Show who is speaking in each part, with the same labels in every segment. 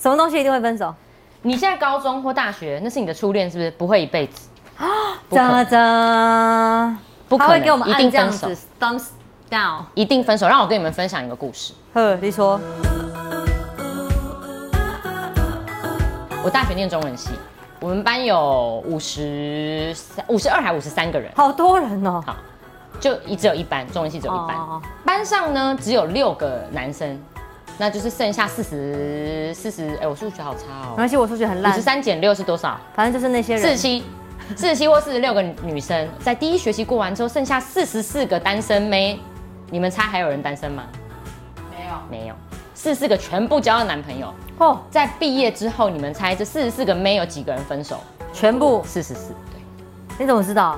Speaker 1: 什么东西一定会分手？
Speaker 2: 你现在高中或大学，那是你的初恋，是不是？不会一辈子，不可
Speaker 1: 咋
Speaker 2: 能
Speaker 1: 咋？
Speaker 2: 不
Speaker 1: 他
Speaker 2: 可
Speaker 1: 会给我
Speaker 2: 能，
Speaker 1: 们
Speaker 2: 一
Speaker 1: 按
Speaker 2: 定
Speaker 1: 这样
Speaker 2: 分手
Speaker 1: 子，thumbs down。
Speaker 2: 一定分手。让我跟你们分享一个故事。
Speaker 1: 呵，你说，
Speaker 2: 我大学念中文系，我们班有五十三、五十二还五十三个人，
Speaker 1: 好多人哦。
Speaker 2: 好，就一只有一班，中文系只有一班。
Speaker 1: 哦
Speaker 2: 班上呢只有六个男生，那就是剩下四十四十。哎，我数学好差
Speaker 1: 没
Speaker 2: 哦。
Speaker 1: 关系，我数学很
Speaker 2: 五
Speaker 1: 烂
Speaker 2: 十，三减六是多少？
Speaker 1: 反正就是那些
Speaker 2: 四十
Speaker 1: 人。
Speaker 2: 七，四十七或四十六个女生，在第一学期过完之后，剩下四十四个单身妹。你们猜还有人单身吗？
Speaker 3: 没有，
Speaker 2: 没有，四十四个全部交到男朋友。
Speaker 1: 哦，
Speaker 2: 在毕业之后，你们猜这四十四个妹有几个人分手？
Speaker 1: 全部。
Speaker 2: 四十四，对，
Speaker 1: 你怎么知道？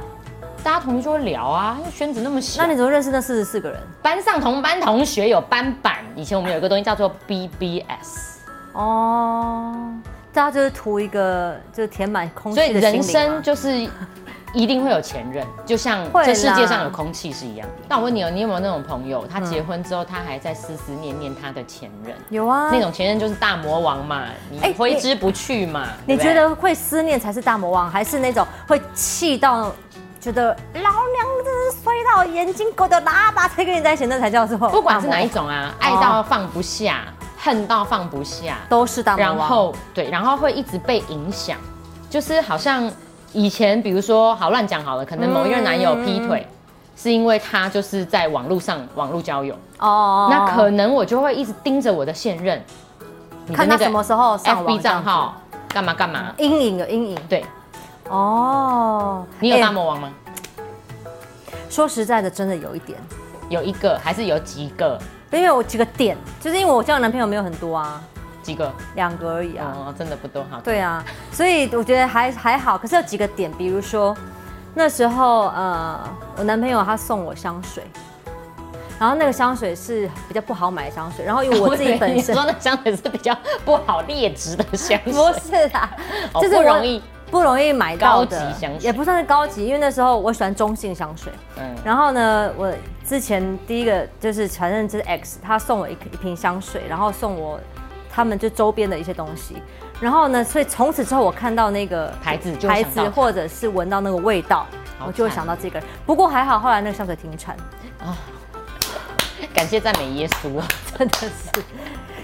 Speaker 2: 大家同学会聊啊，因为圈子那么小。
Speaker 1: 那你怎么认识那四十四个人？
Speaker 2: 班上同班同学有班板，以前我们有一个东西叫做 BBS，
Speaker 1: 哦，大家就是图一个，就是填满空
Speaker 2: 所以
Speaker 1: 气的心灵
Speaker 2: 人
Speaker 1: 嘛
Speaker 2: 生就是一定会有前任，就像
Speaker 1: 会啦
Speaker 2: 这世界上有空气是一样的。那我问你哦，你有没有那种朋友，他结婚之后他还在思思念念他的前任？
Speaker 1: 有啊。
Speaker 2: 那种前任就是大魔王嘛，
Speaker 1: 哎
Speaker 2: 你挥之不去嘛。
Speaker 1: 你
Speaker 2: 对不
Speaker 1: 觉
Speaker 2: 对？
Speaker 1: 得会思念才是大魔王，还是那种会气到觉得老娘真是衰到眼睛狗的喇叭才跟你在一起，哦那才哦叫做
Speaker 2: 不管是哪一
Speaker 1: 大魔
Speaker 2: 种啊，爱到放不下，恨到放不下，
Speaker 1: 王都是大魔
Speaker 2: 然
Speaker 1: 王。
Speaker 2: 后对，然后会一直被影响，就是好像以前，比如说好乱讲好了，可能某一任男友劈腿，
Speaker 1: 嗯
Speaker 2: 是因为他就是在网络上网络交友，
Speaker 1: 哦
Speaker 2: 那可能我就会一直盯着我的现任，你的
Speaker 1: 看
Speaker 2: 那
Speaker 1: 他
Speaker 2: 个
Speaker 1: 什么时候上网
Speaker 2: FB 账号干嘛干嘛，
Speaker 1: 这样子，阴影有阴影
Speaker 2: 对
Speaker 1: 哦。
Speaker 2: 你有
Speaker 1: 哎
Speaker 2: 大魔王吗？
Speaker 1: 说实在的，真的有一点，
Speaker 2: 有一个还是有几个？
Speaker 1: 因为我几个点，就是因为我交的男朋友没有很多啊，
Speaker 2: 几个？
Speaker 1: 两个而已啊。
Speaker 2: 哦，真的不多好。
Speaker 1: 对啊，所以我觉得还还好，可是有几个点，比如说那时候呃，我男朋友他送我香水，然后那个香水是比较不好买的香水，然后因为我自
Speaker 2: 以
Speaker 1: 己
Speaker 2: 为
Speaker 1: 本
Speaker 2: 你
Speaker 1: 身
Speaker 2: 说那香水是比较不好劣质的香水，
Speaker 1: 不是啦，我
Speaker 2: 哦不容易。
Speaker 1: 不容易买到的
Speaker 2: 高级香水
Speaker 1: 也不算是高级，因为那时候我喜欢中性香水。
Speaker 2: 嗯，
Speaker 1: 然后呢，我之前第一个就是前任就是 X，他送我一一瓶香水，然后送我他们就周边的一些东西。然后呢，所以从此之后，我看到那个
Speaker 2: 牌子就会
Speaker 1: 牌
Speaker 2: 想到
Speaker 1: 子或者是闻到那个味道，
Speaker 2: 好
Speaker 1: 我就会
Speaker 2: 惨
Speaker 1: 想到这个人。不过还好，后来那个香水停产，
Speaker 2: 感谢赞美耶稣。啊
Speaker 1: 真的是。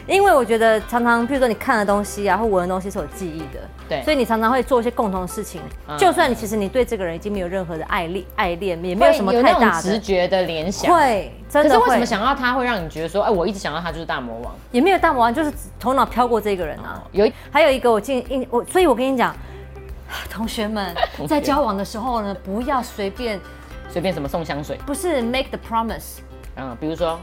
Speaker 1: 因为我觉得常常，譬如说你看的东西啊，或闻的东西是有记忆的，
Speaker 2: 对
Speaker 1: 所以你常常会做一些共同的事情。
Speaker 2: 嗯
Speaker 1: 就算你其实你对这个人已经没有任何的爱恋，爱恋也没有
Speaker 2: 会
Speaker 1: 什么
Speaker 2: 有
Speaker 1: 太
Speaker 2: 那种
Speaker 1: 大
Speaker 2: 直
Speaker 1: 的，
Speaker 2: 觉的联想。
Speaker 1: 会真
Speaker 2: 可
Speaker 1: 的
Speaker 2: 是为什
Speaker 1: 会
Speaker 2: 么想到他会让你觉得说，哎，我一直想到他就是大魔王？哦
Speaker 1: 也没有大魔王，就是头脑飘过这个人啊。
Speaker 2: 有一
Speaker 1: 还有一个我进印我，所以我跟你讲，同学们
Speaker 2: 同学
Speaker 1: 在交往的时候呢，不要随便，
Speaker 2: 随便什么送香水，
Speaker 1: 不是 make the promise。
Speaker 2: 嗯，比如说，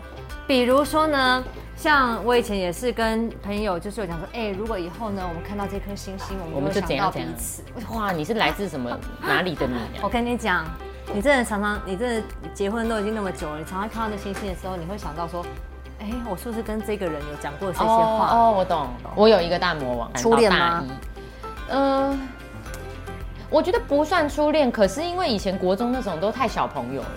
Speaker 1: 比如说呢，像我以前也是跟朋友就是有讲说，哎、如果以后呢，我们看到这颗星星，我
Speaker 2: 我
Speaker 1: 们
Speaker 2: 们
Speaker 1: 就会
Speaker 2: 就怎
Speaker 1: 想到
Speaker 2: 样
Speaker 1: 彼
Speaker 2: 怎样
Speaker 1: 此。。
Speaker 2: 哇，你是来自什么哪里的你啊？
Speaker 1: 我跟你讲，你真的常常，你真的结婚都已经那么久了，你常常看到那星星的时候，你会想到说，哎、我是不是跟这个人有讲 过这些话？
Speaker 2: 哦，我懂。我有一个大魔王，
Speaker 1: 初恋
Speaker 2: 到大
Speaker 1: 吗
Speaker 2: 一？嗯、我觉得不算初恋，可是因为以前国中那种都太小朋友了。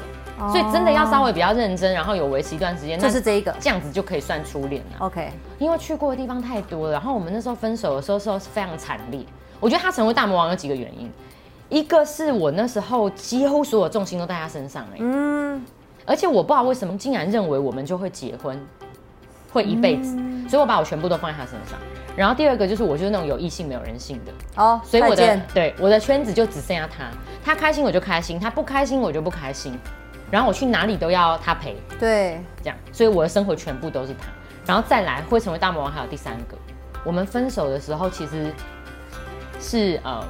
Speaker 2: 所以真的要稍微比较认真，然后有维持一段时间，
Speaker 1: 哦就是
Speaker 2: 那
Speaker 1: 这一个
Speaker 2: 这样子就可以算初恋了。
Speaker 1: OK，
Speaker 2: 因为去过的地方太多了，然后我们那时候分手的时候是非常惨烈。我觉得他成为大魔王有几个原因，一个是我那时候几乎所有重心都在他身上、哎、
Speaker 1: 嗯。
Speaker 2: 而且我不知道为什么竟然认为我们就会结婚，会一辈子，所以我把我全部都放在他身上。然后第二个就是我就是那种有异性没有人性的，
Speaker 1: 哦，
Speaker 2: 所以我
Speaker 1: 再
Speaker 2: 的
Speaker 1: 见
Speaker 2: 对我的圈子就只剩下他，他开心我就开心，他不开心我就不开心，然后我去哪里都要他陪，
Speaker 1: 对
Speaker 2: 这样，所以我的生活全部都是他。然后再来会成为大魔王，还有第三个，我们分手的时候其实是嗯，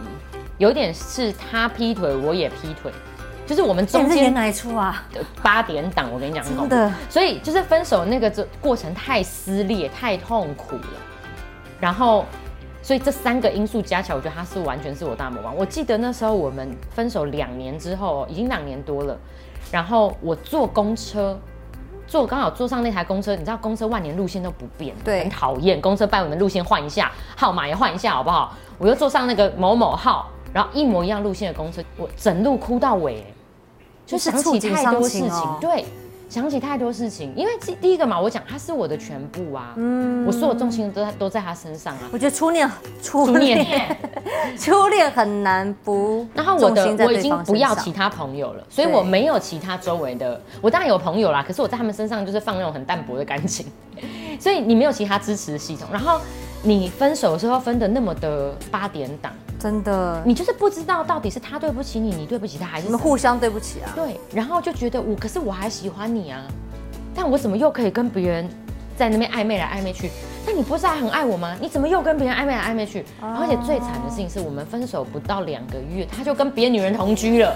Speaker 2: 有点是他劈腿，我也劈腿，哎就是我们中
Speaker 1: 这演
Speaker 2: 间
Speaker 1: 哪一出啊？
Speaker 2: 呃八点档，我跟你讲，很恐怖
Speaker 1: 真的。
Speaker 2: 所以就是分手那个这过程太撕裂，太痛苦了。然后，所以这三个因素加起来，我觉得他是完全是我大魔王。我记得那时候我们分手两年之后，已经两年多了。然后我坐公车，坐刚好坐上那台公车，你知道公车万年路线都不变，
Speaker 1: 对
Speaker 2: 很讨厌。公车拜我们路线换一下，号码也换一下，好不好？我又坐上那个某某号，然后一模一样路线的公车，我整路哭到尾、欸就
Speaker 1: 就是
Speaker 2: 想起
Speaker 1: 触景
Speaker 2: 太
Speaker 1: 伤
Speaker 2: 多事
Speaker 1: 情
Speaker 2: 情，
Speaker 1: 哦
Speaker 2: 对，想起太多事情，因为第第一个嘛，我讲他是我的全部啊，嗯，我所有重心都在都在他身上啊。
Speaker 1: 我觉得初恋，初
Speaker 2: 初恋
Speaker 1: 恋， 初恋很难不
Speaker 2: 然后我
Speaker 1: 重
Speaker 2: 的
Speaker 1: 心在
Speaker 2: 我
Speaker 1: 对
Speaker 2: 已经
Speaker 1: 方
Speaker 2: 不
Speaker 1: 身
Speaker 2: 要
Speaker 1: 上
Speaker 2: 其他朋友了，所以
Speaker 1: 对
Speaker 2: 我没有其他周围的，我当然有朋友啦，可是我在他们身上就是放那种很淡薄的感情， 所以你没有其他支持系统。然后你分手的时候分的那么的八点档，
Speaker 1: 真的，
Speaker 2: 你就是不知道到底是他对不起你，你对不起他，还是
Speaker 1: 你
Speaker 2: 什
Speaker 1: 们
Speaker 2: 么
Speaker 1: 互相对不起啊，
Speaker 2: 对，然后就觉得我，可是我还喜欢你啊，但我怎么又可以跟别人在那边暧昧来暧昧去？但你不是还很爱我吗？你怎么又跟别人暧昧来暧昧去？然后而且最惨的事情是我们分手不到两个月，他就跟别的女人同居了。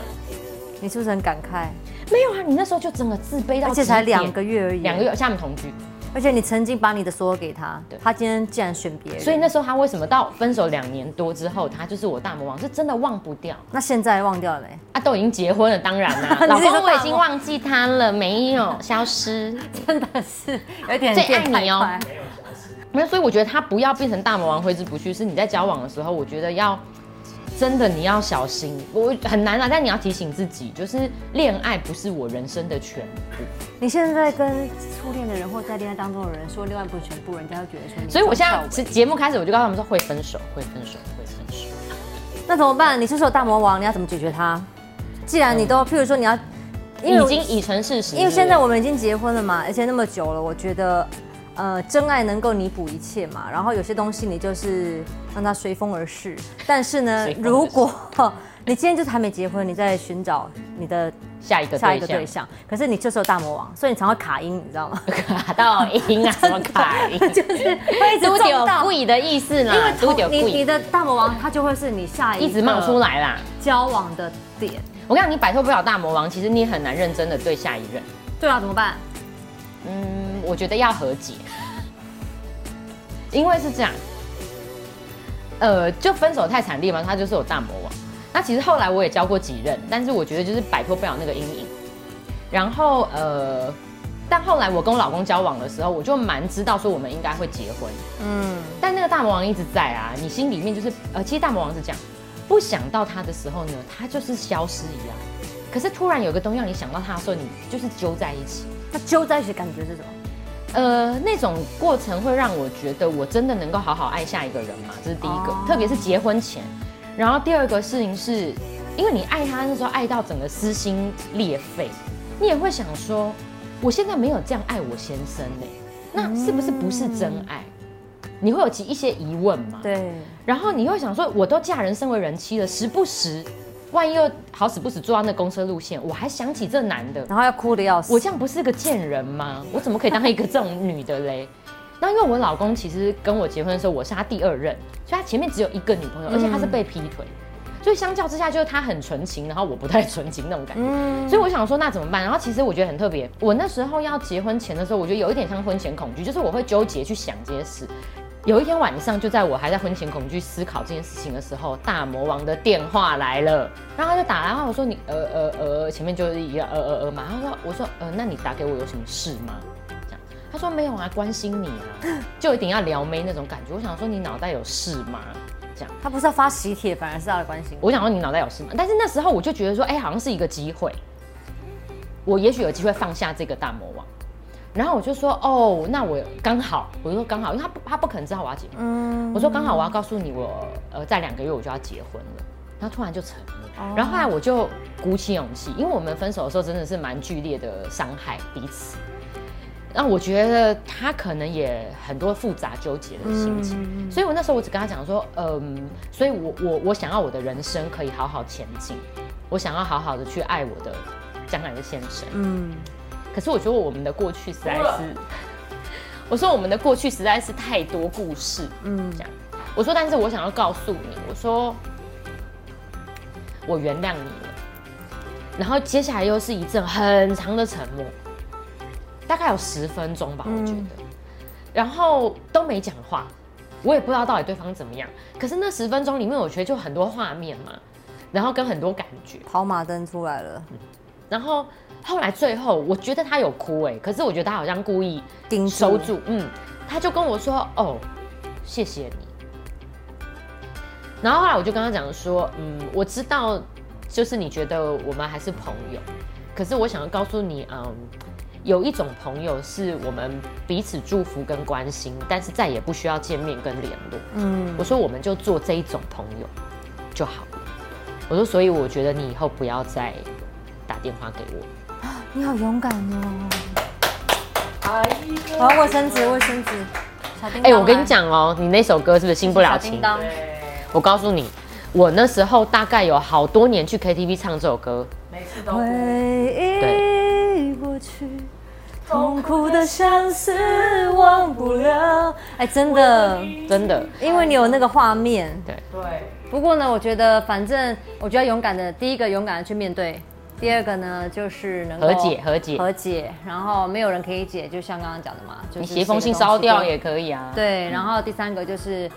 Speaker 1: 你是不是很感慨？
Speaker 2: 没有啊，你那时候就整个自卑到
Speaker 1: 而
Speaker 2: 极
Speaker 1: 且
Speaker 2: 点，
Speaker 1: 才两个月而已，
Speaker 2: 两个月，而且他们同居，
Speaker 1: 而且你曾经把你的所有给他
Speaker 2: 对，
Speaker 1: 他今天竟然选别人，
Speaker 2: 所以那时候他为什么到分手两年多之后，他就是我大魔王，是真的忘不掉
Speaker 1: 那现在忘掉了欸、
Speaker 2: 啊，都已经结婚了，当然 啦、
Speaker 1: 你
Speaker 2: 老
Speaker 1: 自己说
Speaker 2: 公我已
Speaker 1: 大
Speaker 2: 经
Speaker 1: 魔
Speaker 2: 忘记他了，没有消失，
Speaker 1: 真的是有 点
Speaker 2: 最爱
Speaker 1: 变态
Speaker 2: 你哦
Speaker 1: 派
Speaker 2: 没有，所以我觉得他不要变成大魔王挥之不去，是你在交往的时候，我觉得要真的你要小心，我很难啊啦，但你要提醒自己，就是恋爱不是我人生的全部，
Speaker 1: 你现在跟初恋的人或在恋爱当中的人说另外不是全部，人家会觉得说你，
Speaker 2: 所以我现在其实节目开始我就告诉他们说会分手，会分手，会分手。
Speaker 1: 那怎么办？你是说大魔王，你要怎么解决他？既然你都，譬如说你要，
Speaker 2: 嗯已
Speaker 1: 我
Speaker 2: 经已成事实。
Speaker 1: 因为
Speaker 2: 是不是
Speaker 1: 现在我们已经结婚了嘛，而且那么久了，我觉得，呃，真爱能够弥补一切嘛。然后有些东西你就是让它随风而逝。但是呢
Speaker 2: 随，风而逝
Speaker 1: 如果你今天就是还没结婚，你在寻找你的
Speaker 2: 下一个
Speaker 1: 下一
Speaker 2: 对
Speaker 1: 个
Speaker 2: 象
Speaker 1: 对象，可是你就是有大魔王，所以你常会卡音，你知 道吗？
Speaker 2: 卡到音啊，什么 卡音？
Speaker 1: 就是会一直
Speaker 2: 都
Speaker 1: 撞
Speaker 2: 有
Speaker 1: 到，
Speaker 2: 故意的意思 啦，
Speaker 1: 因为
Speaker 2: 都
Speaker 1: 头
Speaker 2: 有
Speaker 1: 你
Speaker 2: 故
Speaker 1: 你
Speaker 2: 意，
Speaker 1: 的大魔王他就会是你嗯下一
Speaker 2: 一直冒出
Speaker 1: 来
Speaker 2: 来啦。
Speaker 1: 交往的点。
Speaker 2: 我跟你讲，你摆脱不了大魔王，其实你也很难认真的对下一任。
Speaker 1: 对啊，怎么办？
Speaker 2: 嗯，我觉得要和解，因为是这样，呃，就分手太惨烈嘛，他就是有大魔王。那其实后来我也交过几任，但是我觉得就是摆脱不了那个阴影。然后呃，但后来我跟我老公交往的时候，我就蛮知道说我们应该会结婚，
Speaker 1: 嗯，
Speaker 2: 但那个大魔王一直在啊，你心里面就是呃，其实大魔王是这样，不想到他的时候呢，他就是消失一样。可是突然有个东西让你想到他的时候，你就是揪在一起。
Speaker 1: 那揪在一起的感觉是什么？
Speaker 2: 呃，那种过程会让我觉得我真的能够好好爱下一个人嘛，这是第一个，
Speaker 1: 哦
Speaker 2: 特别是结婚前。然后第二个事情是，因为你爱他那时候爱到整个撕心裂肺，你也会想说，我现在没有这样爱我先生呢、那是不是不是真爱？你会有其一些疑问嘛？
Speaker 1: 对，
Speaker 2: 然后你会想说，我都嫁人身为人妻了，时不时，万一又好死不死坐到那公车路线，我还想起这男的，
Speaker 1: 然后要哭的要死。
Speaker 2: 我这样不是个贱人吗？我怎么可以当一个这种女的嘞？ 那因为我老公其实跟我结婚的时候，我是他第二任，所以他前面只有一个女朋友，而且他是被劈腿，所以相较之下，就是他很纯情，然后我不太纯情那种感觉。
Speaker 1: 嗯，
Speaker 2: 所以我想说，那怎么办？然后其实我觉得很特别，我那时候要结婚前的时候，我觉得有一点像婚前恐惧，就是我会纠结去想这些事。有一天晚上，就在我还在婚前恐惧思考这件事情的时候，大魔王的电话来了，然后他就打来，然后我说你呃呃呃，前面就是一个呃呃呃嘛，他说我说呃，那你打给我有什么事吗？这样，他说没有啊，关心你啊， 就有点要撩妹那种感觉。我想说你脑袋有事吗？这样。
Speaker 1: 他不是要发喜帖，反而是要来关心。
Speaker 2: 我想说你脑袋有事吗？但是那时候我就觉得说，哎、好像是一个机会，我也许有机会放下这个大魔王。然后我就说，哦，那我刚好，我就说刚好，因为他不他不可能知道我要结婚，
Speaker 1: 嗯，
Speaker 2: 我说刚好我要告诉你我，呃，在两个月我就要结婚了。然后突然就沉默，然后后来我就鼓起勇气，因为我们分手的时候真的是蛮剧烈的伤害彼此。那我觉得他可能也很多复杂纠结的心情，所以我那时候我只跟他讲说，嗯，所以我我我想要我的人生可以好好前进，我想要好好的去爱我的将来的先生。
Speaker 1: 嗯，
Speaker 2: 可是我觉得我们的过去实在是， 我说我们的过去实在是太多故事，嗯，这样。我说，但是我想要告诉你，我说我原谅你了。然后接下来又是一阵很长的沉默，大概有十分钟吧，我觉得，然后都没讲话，我也不知道到底对方怎么样。可是那十分钟里面，我觉得就很多画面嘛，然后跟很多感觉。
Speaker 1: 跑马灯出来了，
Speaker 2: 然后后来最后，我觉得他有哭哎、可是我觉得他好像故意
Speaker 1: 盯
Speaker 2: 收住，嗯，他就跟我说哦，谢谢你。然后后来我就跟他讲说，嗯，我知道，就是你觉得我们还是朋友，可是我想要告诉你，嗯，有一种朋友是我们彼此祝福跟关心，但是再也不需要见面跟联络。
Speaker 1: 嗯，
Speaker 2: 我说我们就做这一种朋友就好了。我说，所以我觉得你以后不要再打电话给我。
Speaker 1: 你好勇敢 哦！我要卫生纸，卫生纸。小叮当
Speaker 2: 哎、我跟
Speaker 1: 来
Speaker 2: 你，讲哦，你那首歌是不是新不了
Speaker 1: 小叮
Speaker 2: 情？
Speaker 1: 当，
Speaker 2: 我告诉你，我那时候大概有好多年去 KTV 唱这首歌，
Speaker 3: 每次都
Speaker 1: 回忆过去，痛苦的相思忘不了。哎，真的，
Speaker 2: 真的。
Speaker 1: 因为你有那个画面。
Speaker 2: 对，
Speaker 3: 对，
Speaker 1: 不过呢，我觉得反正我觉得勇敢的，第一个勇敢的去面对，第二个呢就是能够
Speaker 2: 和解和解
Speaker 1: 和解，然后没有人可以解，就像刚刚讲的嘛，就
Speaker 2: 你
Speaker 1: 是
Speaker 2: 写一封
Speaker 1: 这
Speaker 2: 信
Speaker 1: 个东西
Speaker 2: 烧掉
Speaker 1: 就
Speaker 2: 也可以啊。，
Speaker 1: 对，然后第三个就是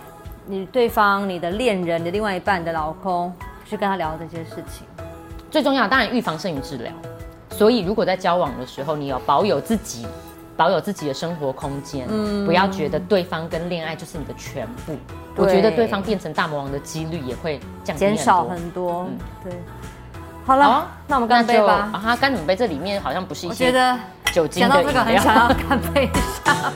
Speaker 1: 你对方、你的恋人、你的另外一半、你的老公，去跟他聊这些事情。
Speaker 2: 最重要当然预防胜于治疗。所以如果在交往的时候，你有保有自己，保有自己的生活空间，不要觉得对方跟恋爱就是你的全部。我觉得
Speaker 1: 嗯对
Speaker 2: 对方变成大魔王的几率也会降低
Speaker 1: 减少
Speaker 2: 很多。
Speaker 1: 很多。
Speaker 2: 嗯
Speaker 1: 对，好了，
Speaker 2: 好啊
Speaker 1: 那我们干杯
Speaker 2: 就啊
Speaker 1: 吧。
Speaker 2: 啊，干你杯！这里面好像不是一
Speaker 1: 我
Speaker 2: 些
Speaker 1: 觉得
Speaker 2: 酒精
Speaker 1: 讲
Speaker 2: 的
Speaker 1: 到
Speaker 2: 饮
Speaker 1: 这
Speaker 2: 料。
Speaker 1: 个，很想要干杯一下。